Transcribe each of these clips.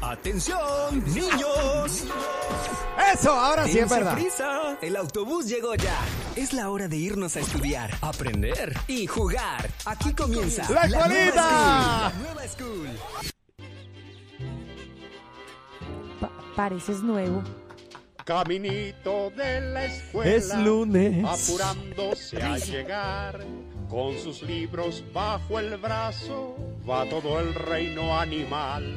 ¡Atención, niños! Eso, ahora sí es ¡Dense verdad. prisa! El autobús llegó ya. Es la hora de irnos a estudiar, aprender y jugar. Aquí, comienza ¡La nueva escuelita! school, la nueva school. Pa- pareces nuevo. Caminito de la escuela. Es lunes. Apurándose a llegar. Con sus libros bajo el brazo va todo el reino animal.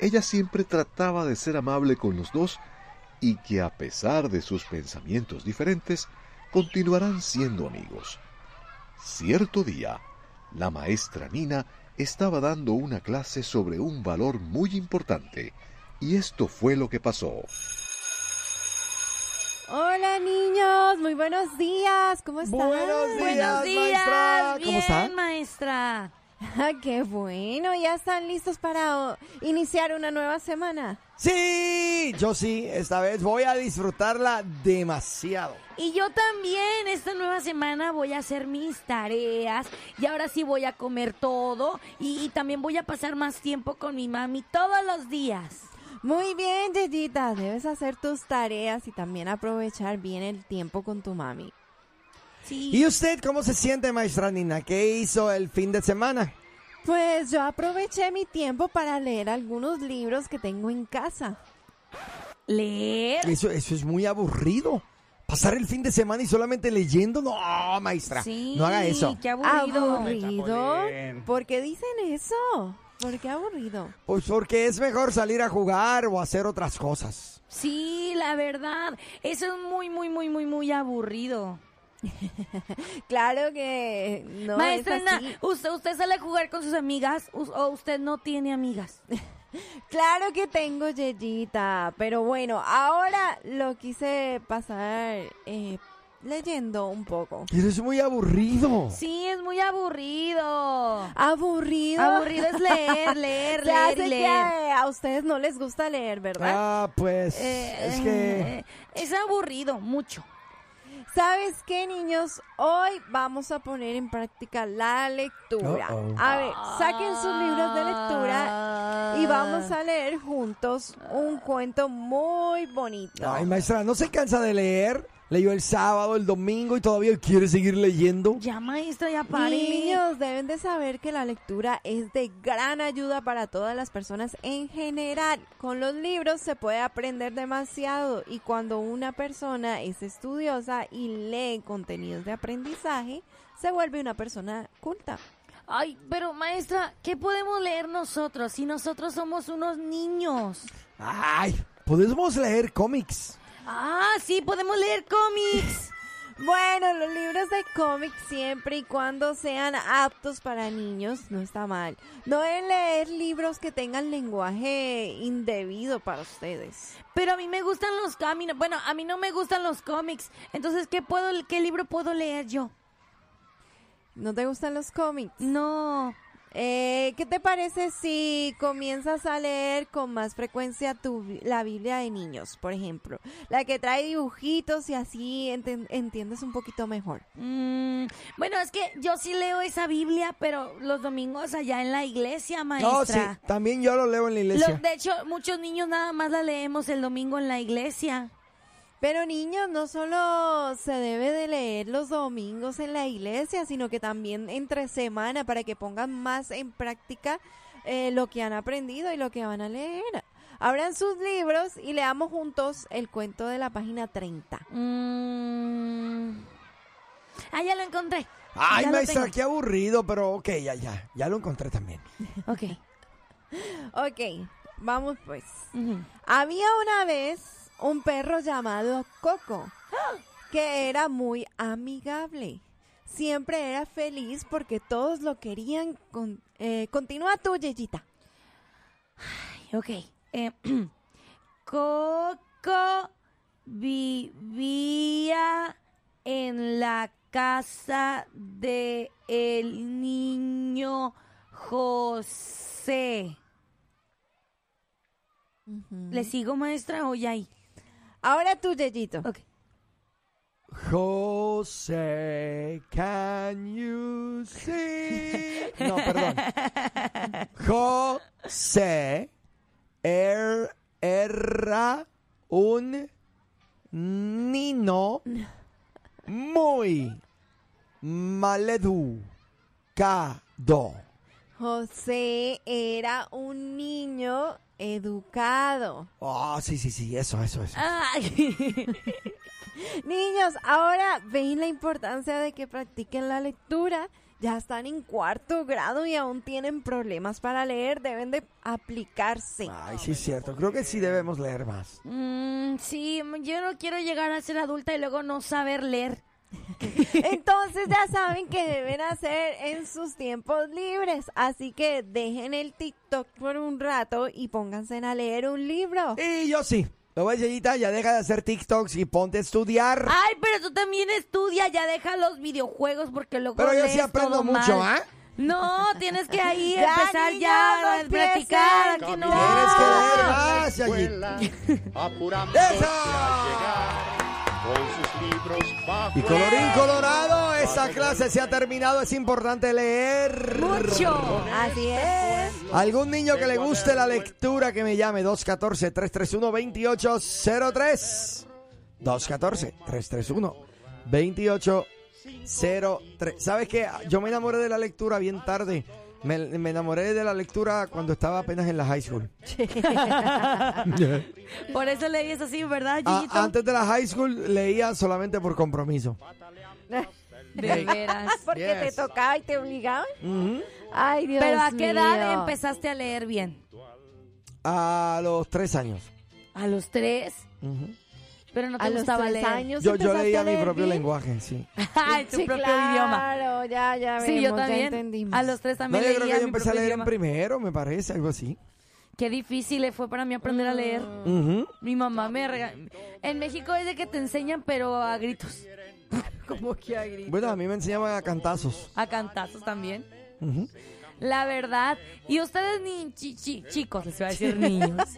Ella siempre trataba de ser amable con los dos y que a pesar de sus pensamientos diferentes, continuarán siendo amigos. Cierto día, la maestra Nina estaba dando una clase sobre un valor muy importante, y esto fue lo que pasó. Hola niños, muy buenos días, ¿cómo están? Buenos días, maestra. ¿Cómo bien, están? maestra. Ah, qué bueno, ya están listos para oh, iniciar una nueva semana. Sí, yo sí, esta vez voy a disfrutarla demasiado. Y yo también esta nueva semana voy a hacer mis tareas y ahora sí voy a comer todo y, y también voy a pasar más tiempo con mi mami todos los días. Muy bien, Yeyita, debes hacer tus tareas y también aprovechar bien el tiempo con tu mami. ¿Y Sí. usted cómo se siente, maestra Nina? ¿Qué hizo el fin de semana? Pues yo aproveché mi tiempo para leer algunos libros que tengo en casa. Leer. Eso, eso es muy aburrido. Pasar el fin de semana y solamente leyendo, no, maestra. Sí, no haga eso. Qué aburrido. ¿Aburrido? ¿Por qué dicen eso? ¿Por qué aburrido? Pues porque es mejor salir a jugar o hacer otras cosas. Sí, la verdad. Eso es muy, muy, muy, muy, muy aburrido. Claro que no Maestra, es Ana, así. ¿usted, ¿usted sale a jugar con sus amigas us- o usted no tiene amigas? Claro que tengo Yeyita, pero bueno, ahora lo quise pasar eh, leyendo un poco. Pero es muy aburrido. Sí, es muy aburrido. Aburrido. Aburrido es leer, leer, Se leer, hace y que leer. a ustedes no les gusta leer, ¿verdad? Ah, pues Eh, es que... eh, es aburrido, mucho. ¿Sabes qué, niños? Hoy vamos a poner en práctica la lectura. Uh-oh. A ver, saquen sus libros de lectura y vamos a leer juntos un cuento muy bonito. Ay, maestra, ¿no se cansa de leer? Leyó el sábado, el domingo y todavía quiere seguir leyendo. Ya, maestra, ya Los pare. Niños deben de saber que la lectura es de gran ayuda para todas las personas en general. Con los libros se puede aprender demasiado y cuando una persona es estudiosa y lee contenidos de aprendizaje, se vuelve una persona culta. Ay, pero maestra, ¿qué podemos leer nosotros si nosotros somos unos niños? Ay, podemos leer cómics. Ah, sí, podemos leer cómics. Bueno, los libros de cómics siempre y cuando sean aptos para niños no está mal. No deben leer libros que tengan lenguaje indebido para ustedes. Pero a mí me gustan los caminos. Bueno, a mí no me gustan los cómics. Entonces, ¿qué puedo, qué libro puedo leer yo? ¿No te gustan los cómics? Mm. No. Eh, ¿Qué te parece si comienzas a leer con más frecuencia tu, bi- la Biblia de niños, por ejemplo? La que trae dibujitos y así enten- entiendes un poquito mejor. Mm, bueno, es que yo sí leo esa Biblia, pero los domingos allá en la iglesia, No, sí, maestra. también yo lo leo en la Lo- iglesia. de hecho, muchos niños nada más la leemos el domingo en la iglesia. Pero niños, no solo se debe de leer los domingos en la iglesia, sino que también entre semana para que pongan más en práctica eh, lo que han aprendido y lo que van a leer. Abran sus libros y leamos juntos el cuento de la página 30. Mm. Ah, ya lo encontré. Ay, ya lo maestra, tengo. qué aburrido, pero ok, ya, ya. Ya lo encontré también. Ok. Ok, vamos pues. Ujú. Había una vez un perro llamado Coco, que era muy amigable. Siempre era feliz porque todos lo querían. con- eh, continúa tú, Yeyita. Ok. Eh, Coco vivía en la casa de el niño José. ¿Le sigo, maestra, o ya ahí? Ahora tú, Yeyito. Ok. José, can you see? No, perdón. José er- era un niño muy maleducado. José era un niño educado. Ah, sí, sí, sí, eso, eso, eso. Ay. Niños, ahora ven la importancia de que practiquen la lectura. Ya están en cuarto grado y aún tienen problemas para leer. Deben de aplicarse. Ay, sí, es cierto. Creo que sí debemos leer más. Mm, sí, yo no quiero llegar a ser adulta y luego no saber leer. Entonces ya saben que deben hacer en sus tiempos libres. Así que dejen el TikTok por un rato y pónganse a leer un libro. Y yo sí. Lo ves, Yeyita, ya deja de hacer TikToks y ponte a estudiar. Ay, pero tú también estudia, ya deja los videojuegos porque luego Pero yo lees sí aprendo todo mucho, mal. ¿ah? No, tienes que ahí Ya, empezar niños, ya a no platicar. Aquí empiecen. no. Tienes que ¡Ah! leer la más, Yayita. escuela, apurándose ¡Eso! a llegar con sus libros bajo Y el colorín brazo. colorado, esa clase se ha terminado. Es importante leer. Mucho. Así es. Algún niño que le guste la lectura que me llame 214-331-2803. 214-331-2803. ¿Sabes qué? Yo me enamoré de la lectura bien tarde. Me, me enamoré de la lectura cuando estaba apenas en la high school. Por eso leí eso así, ¿verdad, A- Gigito? Ah, antes de la high school leía solamente por compromiso. De veras. Porque Ah, te Yes. tocaba y te obligaban. Ujú. Ay, Dios Pero ¿a qué edad mío. empezaste a leer bien? A los tres años. A los tres. Ujú. Pero no te A los gustaba tres leer. años Yo, yo empezaste leía a mi leer propio bien. lenguaje, sí. Ay, tu Sí, propio idioma. Claro, ya, ya Sí, yo vemos, ya también. entendimos. A los tres No, también yo creo que leía yo mi empecé a propio leer en idioma. primero, me parece, algo así. Qué difícil fue para mí aprender a leer. Ujú. Mi mamá me rega... En México es de que te enseñan, pero a gritos. Como que a gritos. Bueno, a mí me enseñaban a cantazos. A cantazos también. Ujú. La verdad. Y ustedes, ni chi- chi- chicos, les iba a decir niños.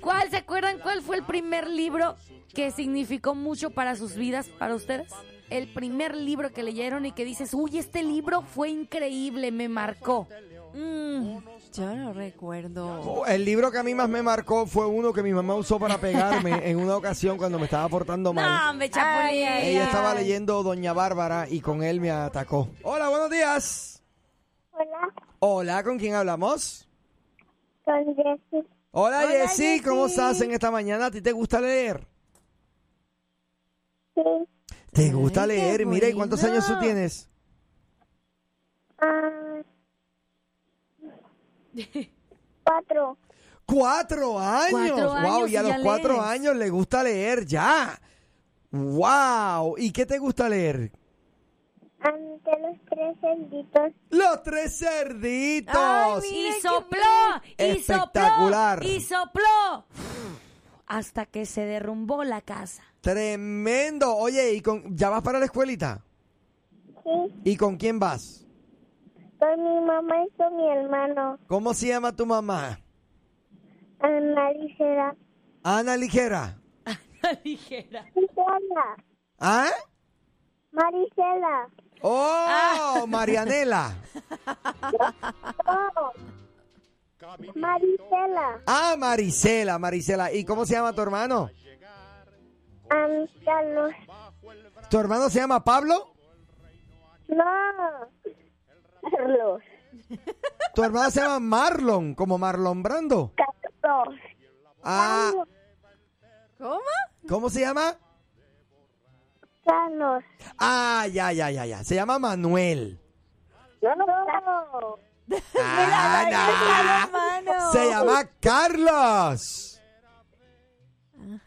¿Cuál, se acuerdan cuál fue el primer libro que significó mucho para sus vidas, para ustedes? El primer libro que leyeron y que dices, uy, este libro fue increíble, me marcó. Mm, Yo no recuerdo. Oh, El libro que a mí más me marcó fue uno que mi mamá usó para pegarme en una ocasión cuando me estaba portando no, mal. me chapulín. Ay, ay, Ella estaba leyendo Doña Bárbara y con él me atacó. Hola, buenos días. Hola, Hola, ¿con quién hablamos? con Jessy. Hola, Jessy, ¿cómo estás en esta mañana? ¿A ti te gusta leer? Sí, ¿Te gusta Ay, qué leer? Mira, ¿y cuántos años tú bueno. tienes? ah, cuatro. ¡Cuatro años! Cuatro ¡Wow! años Y a y los ya cuatro lees. años le gusta leer ya. ¡Wow! ¿Y qué te gusta leer? Ante los tres cerditos. ¡Los tres cerditos! Ay, mi- Y Miren qué sopló, y sopló, Espectacular. y sopló. Hasta que se derrumbó la casa. Tremendo. Oye, ¿y con, ya vas para la escuelita? Sí, ¿Y con quién vas? con mi mamá y con mi hermano. ¿Cómo se llama tu mamá? Ana Ligera. Ana Ligera. Ligera. Maricela. ¿Ah? Maricela. ¡Oh! Marianela. Oh. Maricela. Ah, Marisela, Marisela. ¿Y cómo se llama tu hermano? Am, Carlos. ¿Tu hermano se llama Pablo? No. Carlos. ¿Tu hermano se llama Marlon, como Marlon Brando? Carlos. Ah, ¿Cómo? ¿cómo se llama? Carlos. Ah, ya, ya, ya, ya. Se llama Manuel. No, no. Ah, no. Se llama Carlos.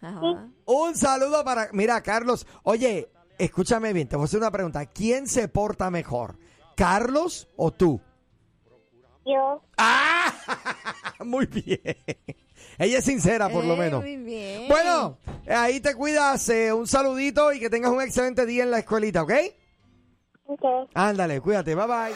Ajá. Un saludo para. Mira, Carlos. Oye, escúchame bien, te voy a hacer una pregunta. ¿Quién se porta mejor? ¿Carlos o tú? Yo. ¡Ah! Muy bien. Ella es sincera, por lo Eh, menos. Muy bien. Bueno, eh, ahí te cuidas. eh, un saludito y que tengas un excelente día en la escuelita, ¿ok? Ok. Ándale, cuídate. Bye bye.